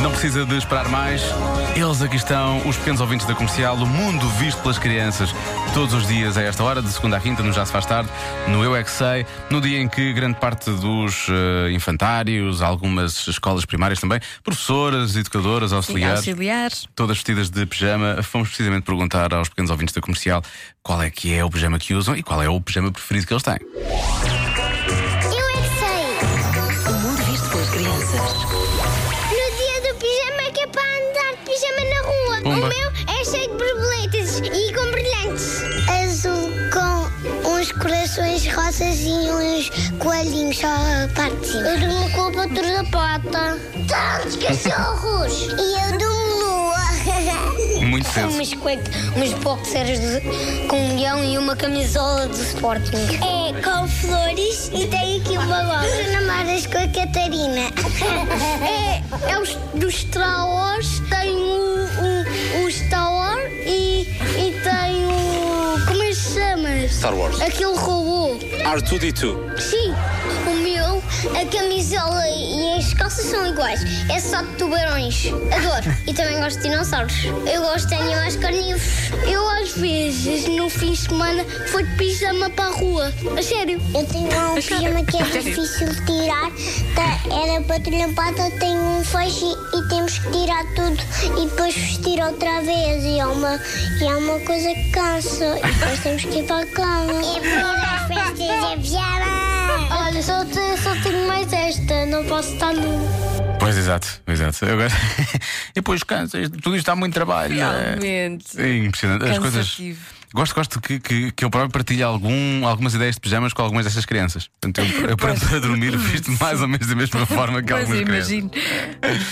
Não precisa de esperar mais. Eles aqui estão, os pequenos ouvintes da comercial, o mundo visto pelas crianças. Todos os dias a esta hora, de segunda à quinta, no Já Se Faz Tarde, no Eu É Que Sei, no dia em que grande parte dos eh, infantários, algumas escolas primárias também, professoras, educadoras, Sim, auxiliares, auxiliares. todas vestidas de pijama, fomos precisamente perguntar aos pequenos ouvintes da comercial qual é que é o pijama que usam e qual é o pijama preferido que eles têm. Eu é que sei! O mundo visto pelas crianças. No dia do pijama que é para andar de pijama na rua. Pumba. O meu é cheio de borboletas e com brilhantes. Azul com uns corações rosas e uns coelhinhos só a parte. Eu durmo com a patrulha da pata. Tantos cachorros! e eu durmo nua. É Muito São cedo. umas, cueca, umas boxers de comunhão e uma camisola de Sporting. É com flores e tem aqui uma loja. Tu namoras com a Catarina. é, é os, dos Star Wars, tem o, o, o Star Wars e, e tem o. Como é que se chama? Star Wars. Aquele robô. R2D2. Sim, o meu, a camisola e as calças são iguais. É só de tubarões. Adoro. e também gosto de dinossauros. Eu gosto de animais carnívoros. Eu, às vezes, no fim de semana, vou de pijama para a rua. A sério. Eu tenho um pijama que é difícil de tirar. Tá, Era para pata, tem um feixe e temos que tirar tudo e depois vestir outra vez. E é uma, e é uma coisa que cansa. E depois temos que ir para a cama. E É para festas de viagem. Olha, só, te- só tenho mais esta, não posso estar nu. Pois exato, exato. Eu gosto- e depois cansa, isto- tudo isto dá muito trabalho. Realmente. É impressionante. É. As coisas. Cansativo. Gosto, gosto que, que, que eu próprio partilhe algum, algumas ideias de pijamas com algumas destas crianças. Portanto, eu, eu para, para dormir visto mais ou menos da mesma forma que Pois algumas crianças. imagino.